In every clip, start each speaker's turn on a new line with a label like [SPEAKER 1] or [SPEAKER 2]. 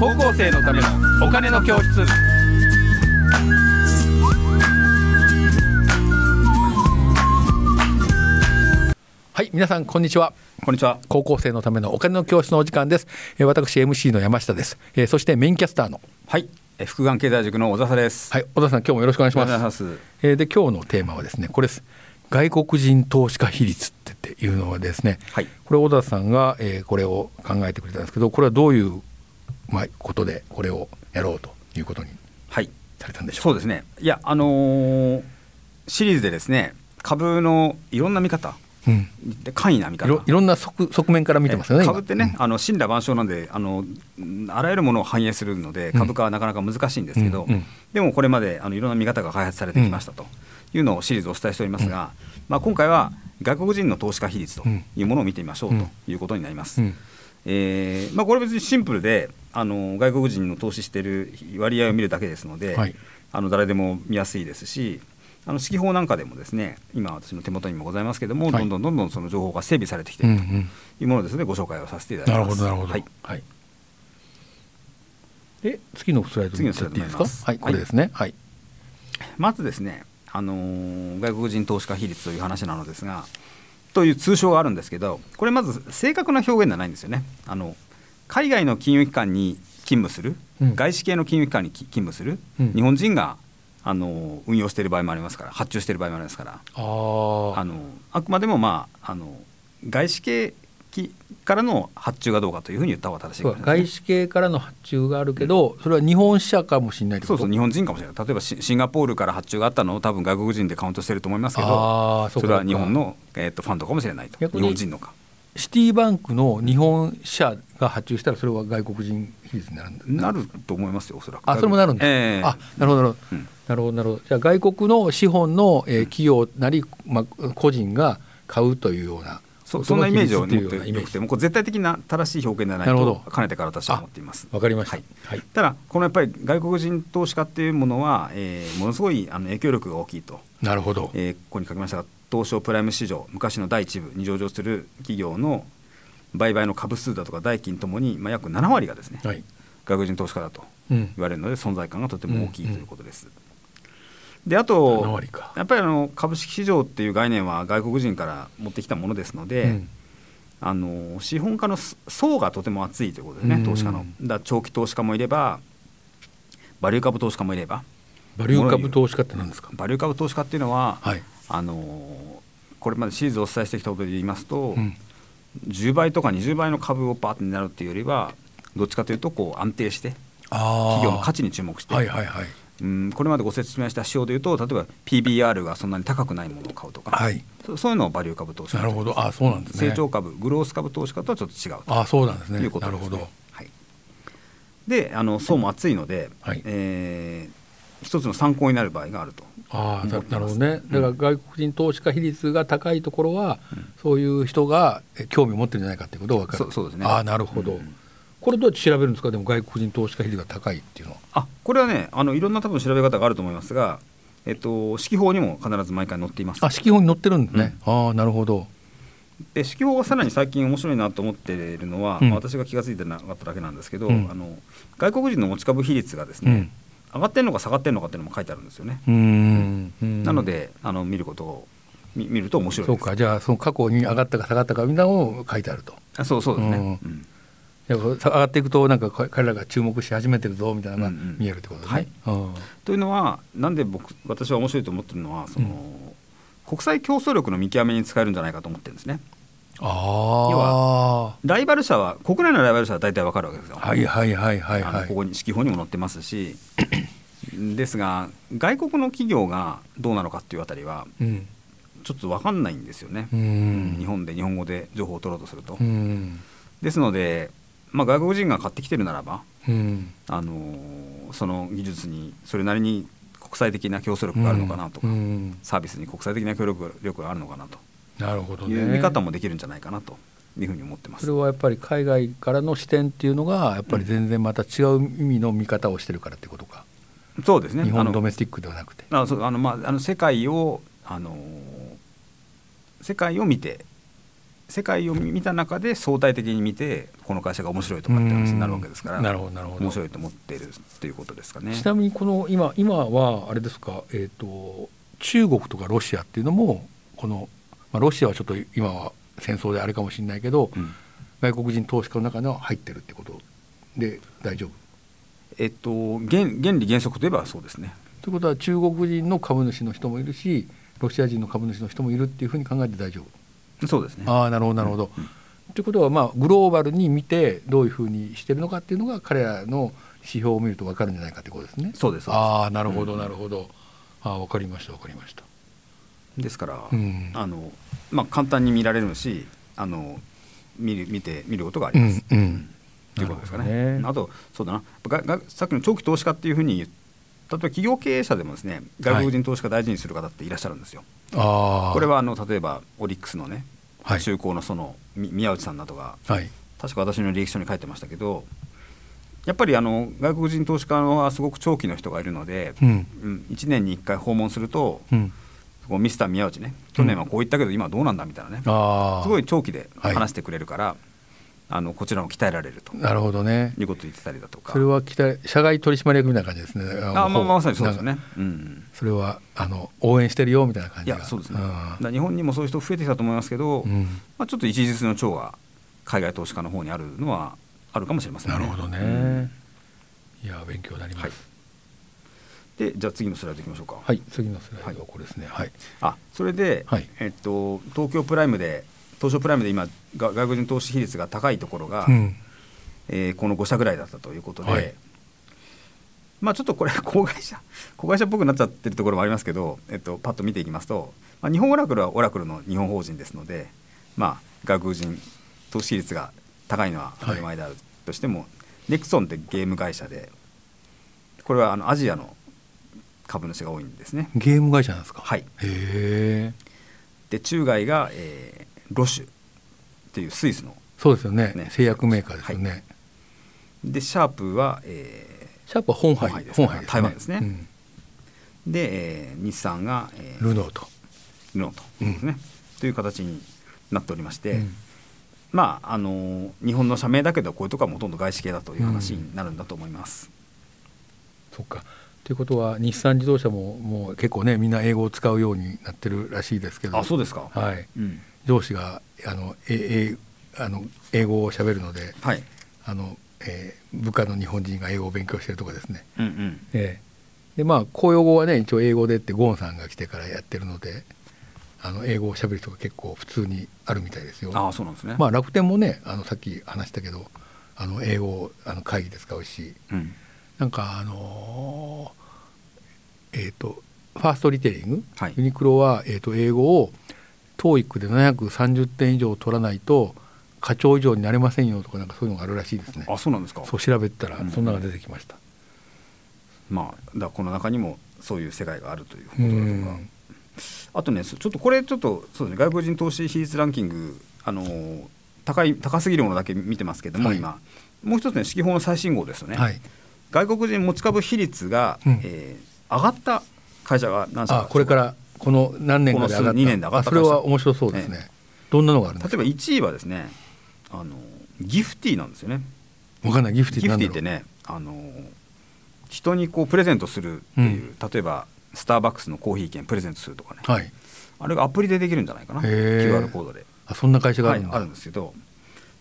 [SPEAKER 1] 高校生のためのお金の教室
[SPEAKER 2] はい、皆さんこんにちは。
[SPEAKER 1] こんにちは
[SPEAKER 2] 高校生のためのお金の教室のお時間です。えー私 MC の山下です。えーそしてメインキャスターの
[SPEAKER 1] はいえ福眼経済塾の小笹です
[SPEAKER 2] はい、小田さん今日もよろしくお願いし
[SPEAKER 1] お
[SPEAKER 2] ま
[SPEAKER 1] 願い
[SPEAKER 2] す。
[SPEAKER 1] します
[SPEAKER 2] えーで今日のテーマはですね、これです。外国人投資家比率ってっていうのはですね、
[SPEAKER 1] はい
[SPEAKER 2] これ小田さんが、えーこれを考えてくれたんですけど、これはどういうまあことでこれをやろうということに
[SPEAKER 1] はい
[SPEAKER 2] されたんでしょうか。
[SPEAKER 1] そうですねいやあのーシリーズでですね株のいろんな見方
[SPEAKER 2] うん、
[SPEAKER 1] で簡易な見
[SPEAKER 2] いろ
[SPEAKER 1] 方
[SPEAKER 2] いろんな側側面から見てますよ
[SPEAKER 1] え
[SPEAKER 2] ね。今
[SPEAKER 1] 株ってね、あの神羅万象なんであの、うんあらゆるものを反映するので、株価はなかなか難しいんですけど、
[SPEAKER 2] うんうん
[SPEAKER 1] でもこれまであのいろんな見方が開発されてきましたというのをシリーズお伝えしておりますが、まあ、今回は外国人の投資家比率というものを見てみましょう
[SPEAKER 2] うん
[SPEAKER 1] ということになります。
[SPEAKER 2] うん
[SPEAKER 1] えーまあ、これ別にシンプルであの外国人の投資している割合を見るだけですので、
[SPEAKER 2] はい
[SPEAKER 1] あの誰でも見やすいですしあの指揮法なんかでもですね今私の手元にもございますけども、
[SPEAKER 2] はい
[SPEAKER 1] どんどんどんどんその情報が整備されてきて
[SPEAKER 2] う
[SPEAKER 1] い
[SPEAKER 2] んう
[SPEAKER 1] ると
[SPEAKER 2] ん、
[SPEAKER 1] いうものですね、ご紹介をさせていただ
[SPEAKER 2] な
[SPEAKER 1] き
[SPEAKER 2] る
[SPEAKER 1] ま
[SPEAKER 2] ほ
[SPEAKER 1] す。
[SPEAKER 2] どなるほど。
[SPEAKER 1] はい、
[SPEAKER 2] はい。え次のスライド
[SPEAKER 1] 次の
[SPEAKER 2] にっ
[SPEAKER 1] ス
[SPEAKER 2] ちゃ
[SPEAKER 1] ラ
[SPEAKER 2] っ
[SPEAKER 1] イド
[SPEAKER 2] ていい
[SPEAKER 1] 参
[SPEAKER 2] です
[SPEAKER 1] り
[SPEAKER 2] か
[SPEAKER 1] ます。
[SPEAKER 2] はい、これですね。はい。
[SPEAKER 1] まずですね、あのー外国人投資家比率という話なのですが、という通称があるんですけど、これまず正確な表現ではないんですよね。あの海外の金融機関に勤務する、
[SPEAKER 2] うん
[SPEAKER 1] 外資系の金融機関にき勤務する、
[SPEAKER 2] うん
[SPEAKER 1] 日本人があのー運用している場合もありますから、発注している場合もありますから、
[SPEAKER 2] あ
[SPEAKER 1] あのーあくまでもまああのー外資系きからの発注がどうかというふうに言った方が正しいか
[SPEAKER 2] そ
[SPEAKER 1] も
[SPEAKER 2] う
[SPEAKER 1] しれな
[SPEAKER 2] だ
[SPEAKER 1] いです
[SPEAKER 2] 外
[SPEAKER 1] ね
[SPEAKER 2] 資系からの発注があるけど、それは日本支社かもしれないって
[SPEAKER 1] そ
[SPEAKER 2] こ
[SPEAKER 1] う
[SPEAKER 2] と
[SPEAKER 1] そう日本人かもしれない例えばシシンガポールから発注があったのを多分外国人でカウントしてると思いますけど
[SPEAKER 2] あー
[SPEAKER 1] そ
[SPEAKER 2] そう
[SPEAKER 1] れ
[SPEAKER 2] か
[SPEAKER 1] は日本の、えー、とファンドかもしれないと
[SPEAKER 2] 逆
[SPEAKER 1] 日
[SPEAKER 2] に
[SPEAKER 1] 本人のか
[SPEAKER 2] シティバンクの日本支社が発注したらそれは外国人比率になるん
[SPEAKER 1] な
[SPEAKER 2] だ
[SPEAKER 1] ると思いますよおそらく
[SPEAKER 2] あそれもなるんだ、
[SPEAKER 1] ええ
[SPEAKER 2] あなるほどなるほど、
[SPEAKER 1] うん
[SPEAKER 2] なるほどなるほどじゃあ外国の資本の、えー企業なり、まあ、個人が買うというような
[SPEAKER 1] そそんなイメージを
[SPEAKER 2] その
[SPEAKER 1] 持
[SPEAKER 2] 比
[SPEAKER 1] っ
[SPEAKER 2] 率というような
[SPEAKER 1] てよ
[SPEAKER 2] イメ
[SPEAKER 1] く
[SPEAKER 2] ー
[SPEAKER 1] て
[SPEAKER 2] ジ
[SPEAKER 1] もうこれ絶対的な正しい表現ではない
[SPEAKER 2] なる
[SPEAKER 1] と
[SPEAKER 2] ほど
[SPEAKER 1] かねてから私は思っています
[SPEAKER 2] わかりました
[SPEAKER 1] はい
[SPEAKER 2] はい
[SPEAKER 1] ただこのやっぱり外国人投資家っていうものは、えーものすごいあの影響力が大きいと
[SPEAKER 2] なるほど、
[SPEAKER 1] えーここに書きましたが東証プライム市場昔の第一部に上場する企業の売買の株数だとか代金ともに、まあ、約7割がですね、
[SPEAKER 2] はい
[SPEAKER 1] 外国人投資家だと
[SPEAKER 2] うん
[SPEAKER 1] 言われるので存在感がとても大きい
[SPEAKER 2] うん
[SPEAKER 1] と
[SPEAKER 2] うん
[SPEAKER 1] いうことです。であ
[SPEAKER 2] 7
[SPEAKER 1] と
[SPEAKER 2] 割か
[SPEAKER 1] やっぱりあの株式市場っていう概念は外国人から持ってきたものですので、
[SPEAKER 2] うん
[SPEAKER 1] あの資本家のす層がとても厚いということです
[SPEAKER 2] う
[SPEAKER 1] ね
[SPEAKER 2] ん
[SPEAKER 1] 投資家の。だから長期投資家もいればバリュー株投資家もいれば
[SPEAKER 2] バリュー株投資家って何ですか
[SPEAKER 1] バリュー株投資家っていうのは、
[SPEAKER 2] はい
[SPEAKER 1] あのこれまでシリーズをお伝えしてきたことで言いますと、
[SPEAKER 2] うん
[SPEAKER 1] 10倍とか20倍の株をバーってなるっていうよりはどっちかというとこう安定して
[SPEAKER 2] 企
[SPEAKER 1] 企業の価値に注目して、
[SPEAKER 2] はいはいはい
[SPEAKER 1] うん、これまでご説明した指標でいうと例えば PBR がそんなに高くないものを買うとか、
[SPEAKER 2] はい
[SPEAKER 1] そそういうのをバリュー株投資家
[SPEAKER 2] なるほどあそうなんですね
[SPEAKER 1] 成長株グロース株投資家とはちょっと違うと
[SPEAKER 2] あそうなんですね
[SPEAKER 1] いうこと
[SPEAKER 2] な
[SPEAKER 1] で
[SPEAKER 2] る
[SPEAKER 1] す、ね、
[SPEAKER 2] ほど
[SPEAKER 1] はい、であの層も厚いので、
[SPEAKER 2] はい
[SPEAKER 1] えー一つの参考になる場合があると。
[SPEAKER 2] ああ
[SPEAKER 1] 思
[SPEAKER 2] な
[SPEAKER 1] ってま
[SPEAKER 2] なるほ
[SPEAKER 1] す
[SPEAKER 2] どねだから外国人投資家比率が高いところは、そういう人がえ興味を持ってるんじゃないかっていうことが分かる
[SPEAKER 1] そうそうですね
[SPEAKER 2] ああなるほど、これどうやって調べるんですかでも外国人投資家比率が高いっていうのは
[SPEAKER 1] あこれはねあのいろんな多分調べ方があると思いますが、えっと、指揮法にも必ず毎回載っています
[SPEAKER 2] あ指揮法に載ってるんですね、ああなるほど
[SPEAKER 1] で指揮法がさらに最近面白いなと思っているのは、
[SPEAKER 2] うん
[SPEAKER 1] まあ私が気が付いてなかっただけなんですけど、
[SPEAKER 2] うん
[SPEAKER 1] あの外国人の持ち株比率がですね、上がってるのか下がってるのかっていうのも書いてあるんですよね、
[SPEAKER 2] うーん
[SPEAKER 1] なのであの見ることを見見ると面白い
[SPEAKER 2] そ
[SPEAKER 1] で
[SPEAKER 2] う
[SPEAKER 1] す
[SPEAKER 2] かじゃあその過去に上がったか下がったかみんなを書いてあると
[SPEAKER 1] あそうそうですね、
[SPEAKER 2] う
[SPEAKER 1] う
[SPEAKER 2] ん
[SPEAKER 1] ん
[SPEAKER 2] でも上がっていくとなんかか彼らが注目し始めてるぞみたいなのが
[SPEAKER 1] うんうん
[SPEAKER 2] 見えるってことですね、うん
[SPEAKER 1] というのはなんで僕私は面白いと思ってるのはその、
[SPEAKER 2] う
[SPEAKER 1] 国際競争力の見極めに使えるんじゃないかと思ってるんですね
[SPEAKER 2] ああ
[SPEAKER 1] ライバル社は国内のライバル社は大体わかるわけですよ、
[SPEAKER 2] はいはいはいはい
[SPEAKER 1] あ
[SPEAKER 2] は
[SPEAKER 1] の
[SPEAKER 2] い
[SPEAKER 1] ここに指揮法にも載ってます しですが外国の企業がどうなのかっていうあたりは
[SPEAKER 2] うん
[SPEAKER 1] ちょっと分かんないんですよね、
[SPEAKER 2] う
[SPEAKER 1] 日
[SPEAKER 2] ん
[SPEAKER 1] 本で日本語で情報を取ろうとすると、
[SPEAKER 2] うん
[SPEAKER 1] ですので、まあ、外国人が買ってきてるならば、
[SPEAKER 2] うん
[SPEAKER 1] あのーその技術にそれなりに国際的な競争力があるのかなとか、
[SPEAKER 2] うん
[SPEAKER 1] サービスに国際的な協力力があるのかなと
[SPEAKER 2] なるほど
[SPEAKER 1] い
[SPEAKER 2] ね
[SPEAKER 1] う見方もできるんじゃないかなというふうに思ってま
[SPEAKER 2] そ
[SPEAKER 1] す
[SPEAKER 2] れ。はやっぱり海外からの視点っていうのがやっぱり全然また違う意味の見方をしてるからってことか、
[SPEAKER 1] そうですね
[SPEAKER 2] 日
[SPEAKER 1] あ
[SPEAKER 2] 本
[SPEAKER 1] の
[SPEAKER 2] ドメスティックではなくて
[SPEAKER 1] あそうあのまああの世界をあのー世界を見て世界を見た中で相対的に見てこの会社が面白いとかって話になるわけですから
[SPEAKER 2] なるほどなるほど
[SPEAKER 1] 面白いと思っているということですかね
[SPEAKER 2] ち。なみにこの今今はあれですか、えー、と中国とかロシアっていうのもこの、まあ、ロシアはちょっと今は戦争であれかもしれないけど、
[SPEAKER 1] うん
[SPEAKER 2] 外国人投資家の中には入ってるってことで大丈夫
[SPEAKER 1] えっと、原原理原則といえばそうですね。
[SPEAKER 2] ということは中国人の株主の人もいるしロシア人の株主の人もいるっていうふうに考えて大丈夫
[SPEAKER 1] そうですね。
[SPEAKER 2] ああなるほどなるほど。ということはまあグローバルに見てどういうふうにしてるのかっていうのが彼らの指標を見ると分かるんじゃないかってことですね。
[SPEAKER 1] そうですそうです
[SPEAKER 2] ああなるほどなるほど。ああ分かりました分かりました。
[SPEAKER 1] ですから、
[SPEAKER 2] うん
[SPEAKER 1] あのまあ、簡単に見られるしあの見る見て見ることがあ
[SPEAKER 2] う
[SPEAKER 1] ります。
[SPEAKER 2] んうん。
[SPEAKER 1] ということですか
[SPEAKER 2] なる
[SPEAKER 1] ね。
[SPEAKER 2] ほど
[SPEAKER 1] あとそうだなががさっきの長期投資家っていうふうに言った例えば企業経営者でもですね外国人投資家大事にする方っていらっしゃるんですよ。
[SPEAKER 2] ああ
[SPEAKER 1] これはあの例えばオリックスのね、
[SPEAKER 2] はい
[SPEAKER 1] 中高のそのみ宮内さんだとか
[SPEAKER 2] はい
[SPEAKER 1] 確か私の履歴書に書いてましたけどやっぱりあの外国人投資家はすごく長期の人がいるので、
[SPEAKER 2] うん
[SPEAKER 1] うん、1年に1回訪問すると、
[SPEAKER 2] うん
[SPEAKER 1] こうミスター宮内ね去年はこう言ったけど今はどうなんだみたいなね、
[SPEAKER 2] ああ
[SPEAKER 1] すごい長期で
[SPEAKER 2] はい
[SPEAKER 1] 話してくれるから、あのこちらも鍛えられると
[SPEAKER 2] なるほどね。
[SPEAKER 1] いうことを言ってたりだとか
[SPEAKER 2] それは期待社外取締役みたいな感じですね。
[SPEAKER 1] あ、まあ、まさにそうですよ
[SPEAKER 2] なんか
[SPEAKER 1] ね。うん
[SPEAKER 2] それはあの応援してるよみたいな感
[SPEAKER 1] い
[SPEAKER 2] じが。
[SPEAKER 1] やそうですね、だ
[SPEAKER 2] あ
[SPEAKER 1] か
[SPEAKER 2] あ
[SPEAKER 1] ら日本にもそういう人増えてきたと思いますけど、
[SPEAKER 2] うん
[SPEAKER 1] まあ、ちょっと一日の長が海外投資家の方にあるのはあるかもしれません
[SPEAKER 2] なるほどね。
[SPEAKER 1] うん
[SPEAKER 2] いや勉強になります。
[SPEAKER 1] はいでじゃあ次のスライドいきましょうか、
[SPEAKER 2] はい、次のスライドはこれですね。はい。
[SPEAKER 1] あそれで、
[SPEAKER 2] はい
[SPEAKER 1] えっと、東京プライムで東証プライムで今が外国人投資比率が高いところが、
[SPEAKER 2] うん。
[SPEAKER 1] えーこの5社ぐらいだったということで、
[SPEAKER 2] はい
[SPEAKER 1] まあ、ちょっとこれ 子会社子会社っぽくなっちゃってるところもありますけど、えっと、パッと見ていきますと、まあ、日本オラクルはオラクルの日本法人ですので、まあ、外国人投資比率が高いのは当たり前であるとしても、ネクソンってゲーム会社でこれはあのアジアの株主が多いんですね。
[SPEAKER 2] ゲーム会社なんですか。
[SPEAKER 1] はい
[SPEAKER 2] へえ。
[SPEAKER 1] で中外が、えーロシュっていうスイスの
[SPEAKER 2] そうですよね
[SPEAKER 1] ね
[SPEAKER 2] 製薬メーカーですよね。
[SPEAKER 1] でシャープは、え
[SPEAKER 2] シャープは本
[SPEAKER 1] 本杯
[SPEAKER 2] 杯
[SPEAKER 1] ですね
[SPEAKER 2] 本杯ですね。
[SPEAKER 1] 台湾ですね
[SPEAKER 2] うん
[SPEAKER 1] ーで、えー日産が、えー
[SPEAKER 2] ルノーと。
[SPEAKER 1] ルノーとですね、という形になっておりまして、
[SPEAKER 2] うん
[SPEAKER 1] まああのー日本の社名だけどこういうとこはほとんど外資系だという話になるんだと思います。
[SPEAKER 2] そっか。ということは日産自動車ももう結構ねみんな英語を使うようになってるらしいですけど。
[SPEAKER 1] あそう
[SPEAKER 2] う
[SPEAKER 1] ですか、
[SPEAKER 2] はい。
[SPEAKER 1] うん
[SPEAKER 2] 上司があのええあの英語を喋るので
[SPEAKER 1] はい
[SPEAKER 2] あの、えー部下の日本人が英語を勉強してるとかですね。
[SPEAKER 1] うんうん、
[SPEAKER 2] ええ、でまあ公用語はね一応英語でってゴーンさんが来てからやってるのであの英語を喋る人が結構普通にあるみたいですよ。
[SPEAKER 1] ああそうなんですね。
[SPEAKER 2] まあ、楽天もねあのさっき話したけどあの英語をあの会議で使うし
[SPEAKER 1] うん
[SPEAKER 2] なんかあのーえっ、とファーストリテイリング、
[SPEAKER 1] はい
[SPEAKER 2] ユニクロは、えー、と英語を TOEIC で730点以上取らないと課長以上になれませんよとかなんかそういうのがあるらしいですね。
[SPEAKER 1] あそうなんですか
[SPEAKER 2] そう調べてたら
[SPEAKER 1] うん
[SPEAKER 2] そんなのが出てきました。
[SPEAKER 1] まあだからこの中にもそういう世界があるということだと
[SPEAKER 2] う
[SPEAKER 1] か
[SPEAKER 2] ん
[SPEAKER 1] あとねそちょっとこれちょっとそうですね外国人投資比率ランキング、あのー高い高すぎるものだけ見てますけども、
[SPEAKER 2] はい
[SPEAKER 1] 今もう一つね指揮法の最新号ですよね。
[SPEAKER 2] はい
[SPEAKER 1] 外国人持ち株比率が、
[SPEAKER 2] うん
[SPEAKER 1] えー上がった会社が何社か
[SPEAKER 2] あこれからこの何年かで上
[SPEAKER 1] この
[SPEAKER 2] がっ
[SPEAKER 1] 数
[SPEAKER 2] た
[SPEAKER 1] 二年で上がった
[SPEAKER 2] あそれは面白そうですね、
[SPEAKER 1] え
[SPEAKER 2] どんなのがあるんで
[SPEAKER 1] 例
[SPEAKER 2] す
[SPEAKER 1] え
[SPEAKER 2] か
[SPEAKER 1] ば1位はですねあのギフティーなんですよね
[SPEAKER 2] わかんないギフティ
[SPEAKER 1] ギ
[SPEAKER 2] ーな
[SPEAKER 1] フ
[SPEAKER 2] ん
[SPEAKER 1] テ
[SPEAKER 2] だ
[SPEAKER 1] ィーっ
[SPEAKER 2] ろう
[SPEAKER 1] てねあの人にこうプレゼントするっていう、例えばスターバックスのコーヒー券プレゼントするとかね、
[SPEAKER 2] はい
[SPEAKER 1] あれがアプリでできるんじゃないかな
[SPEAKER 2] へー
[SPEAKER 1] QR コードで、
[SPEAKER 2] あそんな会社があ
[SPEAKER 1] は
[SPEAKER 2] る
[SPEAKER 1] い
[SPEAKER 2] ん、だ、
[SPEAKER 1] あるんですけど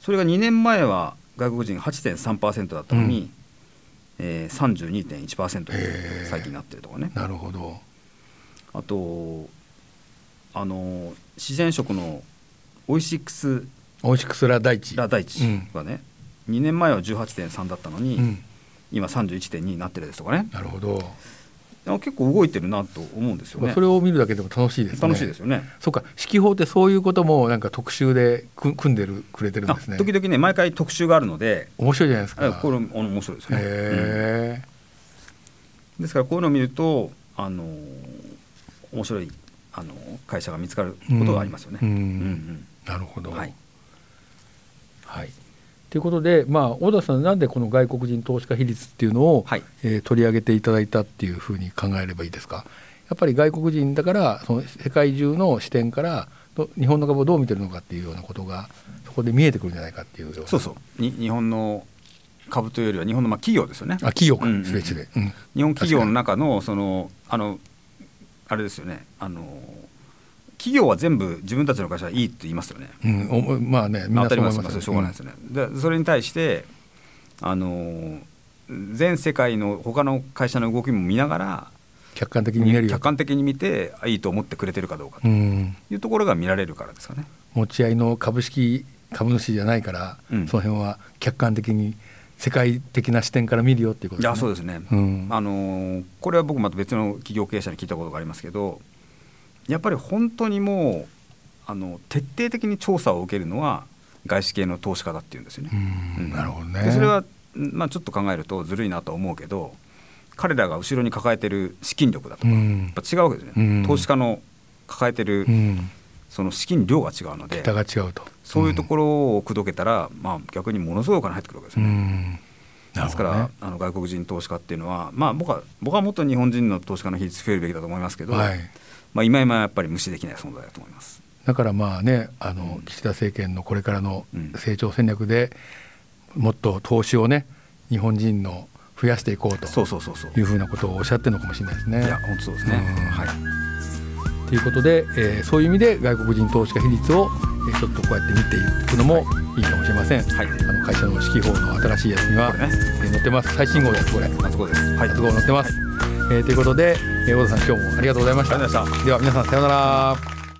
[SPEAKER 1] それが2年前は外国人8.3%だったの
[SPEAKER 2] う
[SPEAKER 1] に
[SPEAKER 2] ん、
[SPEAKER 1] えー、32.1%
[SPEAKER 2] へー
[SPEAKER 1] に最近なってるとかね
[SPEAKER 2] なるほど
[SPEAKER 1] あとあの自然食のオイシックス
[SPEAKER 2] オイシックスラ大地
[SPEAKER 1] ラ大地
[SPEAKER 2] うん
[SPEAKER 1] がね、2年前は18.3だったのに、
[SPEAKER 2] うん
[SPEAKER 1] 今31.2になってるですとかね
[SPEAKER 2] なるほど、
[SPEAKER 1] あ結構動いてるなと思うんですよね
[SPEAKER 2] それを見るだけでも楽しいですね
[SPEAKER 1] 楽しいですよね
[SPEAKER 2] そっか指揮法ってそういうこともなんか特集でく組んでるくれてるん
[SPEAKER 1] あ
[SPEAKER 2] ですね
[SPEAKER 1] 時々ね毎回特集があるので
[SPEAKER 2] 面白いじゃないです
[SPEAKER 1] あ
[SPEAKER 2] か
[SPEAKER 1] これ面白いですよね、
[SPEAKER 2] へえ、
[SPEAKER 1] うんですからこういうのを見るとあのー面白いあのー会社が見つかることがありますよね、
[SPEAKER 2] うん
[SPEAKER 1] うん
[SPEAKER 2] なるほど、
[SPEAKER 1] はい
[SPEAKER 2] はい。ということで、まあ、小田さん、なんでこの外国人投資家比率っていうのを、
[SPEAKER 1] はい
[SPEAKER 2] えー取り上げていただいたっていうふうに考えればいいですか。やっぱり外国人だから、その世界中の視点からど日本の株をどう見てるのかっていうようなことがそこで見えてくるんじゃないかっていうような
[SPEAKER 1] そうそうに日本の株というよりは日本のまあ企業ですよね
[SPEAKER 2] あ企業か、
[SPEAKER 1] うんうん
[SPEAKER 2] スレッチで、うん
[SPEAKER 1] 日本企業の中のそのあのあれですよねあの企業は全部自分たちの会社はいいって言いますよね
[SPEAKER 2] うん、おまあねみん
[SPEAKER 1] 当
[SPEAKER 2] な
[SPEAKER 1] た
[SPEAKER 2] そう
[SPEAKER 1] り
[SPEAKER 2] 思
[SPEAKER 1] 前
[SPEAKER 2] い
[SPEAKER 1] で
[SPEAKER 2] ますす
[SPEAKER 1] よしょうがないですよね、でそれに対してあの全世界の他の会社の動きも見ながら
[SPEAKER 2] 客観的に見えるよ
[SPEAKER 1] 客観的に見てあいいと思ってくれてるかどうか
[SPEAKER 2] う
[SPEAKER 1] と
[SPEAKER 2] ん、
[SPEAKER 1] いうところが見られるからですかね。
[SPEAKER 2] 持ち合いの株式株主じゃないから、
[SPEAKER 1] うん
[SPEAKER 2] その辺は客観的に世界的な視点から見るよっていうこと
[SPEAKER 1] いやそうですすね、
[SPEAKER 2] うん
[SPEAKER 1] あのこれは僕また別の企業経営者に聞いたことがありますけどやっぱり本当にもうあの徹底的に調査を受けるのは外資系の投資家だっていうんですよね。
[SPEAKER 2] ねう
[SPEAKER 1] うん
[SPEAKER 2] ん、なるほどね
[SPEAKER 1] でそれは、まあ、ちょっと考えるとずるいなとは思うけど彼らが後ろに抱えてる資金力だと
[SPEAKER 2] う
[SPEAKER 1] か、や
[SPEAKER 2] ん
[SPEAKER 1] っぱ違うわけですね、
[SPEAKER 2] うん
[SPEAKER 1] 投資家の抱えてる
[SPEAKER 2] うん
[SPEAKER 1] その資金量が違うので、
[SPEAKER 2] 桁が違うと
[SPEAKER 1] そういうところを口説けたら、まあ、逆にものすごいお金入ってくるわけです
[SPEAKER 2] う
[SPEAKER 1] よね。
[SPEAKER 2] ん
[SPEAKER 1] で
[SPEAKER 2] なる
[SPEAKER 1] す
[SPEAKER 2] ほ
[SPEAKER 1] か
[SPEAKER 2] ど
[SPEAKER 1] ら、
[SPEAKER 2] ね
[SPEAKER 1] あの外国人投資家っていうのは、まあ、僕は僕はもっと日本人の投資家の比率増えるべきだと思いますけど、
[SPEAKER 2] はい
[SPEAKER 1] まあ、今今やっぱり無視できない存在だと思います。
[SPEAKER 2] だからまあねあの、
[SPEAKER 1] うん
[SPEAKER 2] 岸田政権のこれからの
[SPEAKER 1] うん
[SPEAKER 2] 成長戦略で、もっと投資をね日本人の増やしていこうと
[SPEAKER 1] そうそうそうそう
[SPEAKER 2] いうふうなことをおっしゃってるのかもしれないですね。
[SPEAKER 1] いや本当そうですね、
[SPEAKER 2] うん
[SPEAKER 1] はい、
[SPEAKER 2] ということで、えーそういう意味で外国人投資家比率を、えーちょっとこうやって見ていくのもいいかもしれません。
[SPEAKER 1] はい、こ
[SPEAKER 2] あの会社の四季報の新しいやつには、
[SPEAKER 1] れね
[SPEAKER 2] えー載ってます最新号ですこれ
[SPEAKER 1] 夏子です。はい、
[SPEAKER 2] 夏号載ってます。えーということで、えー、小田さん今日もありがとうございまし
[SPEAKER 1] あ
[SPEAKER 2] た。
[SPEAKER 1] りがとうございました
[SPEAKER 2] では皆さんさようなら。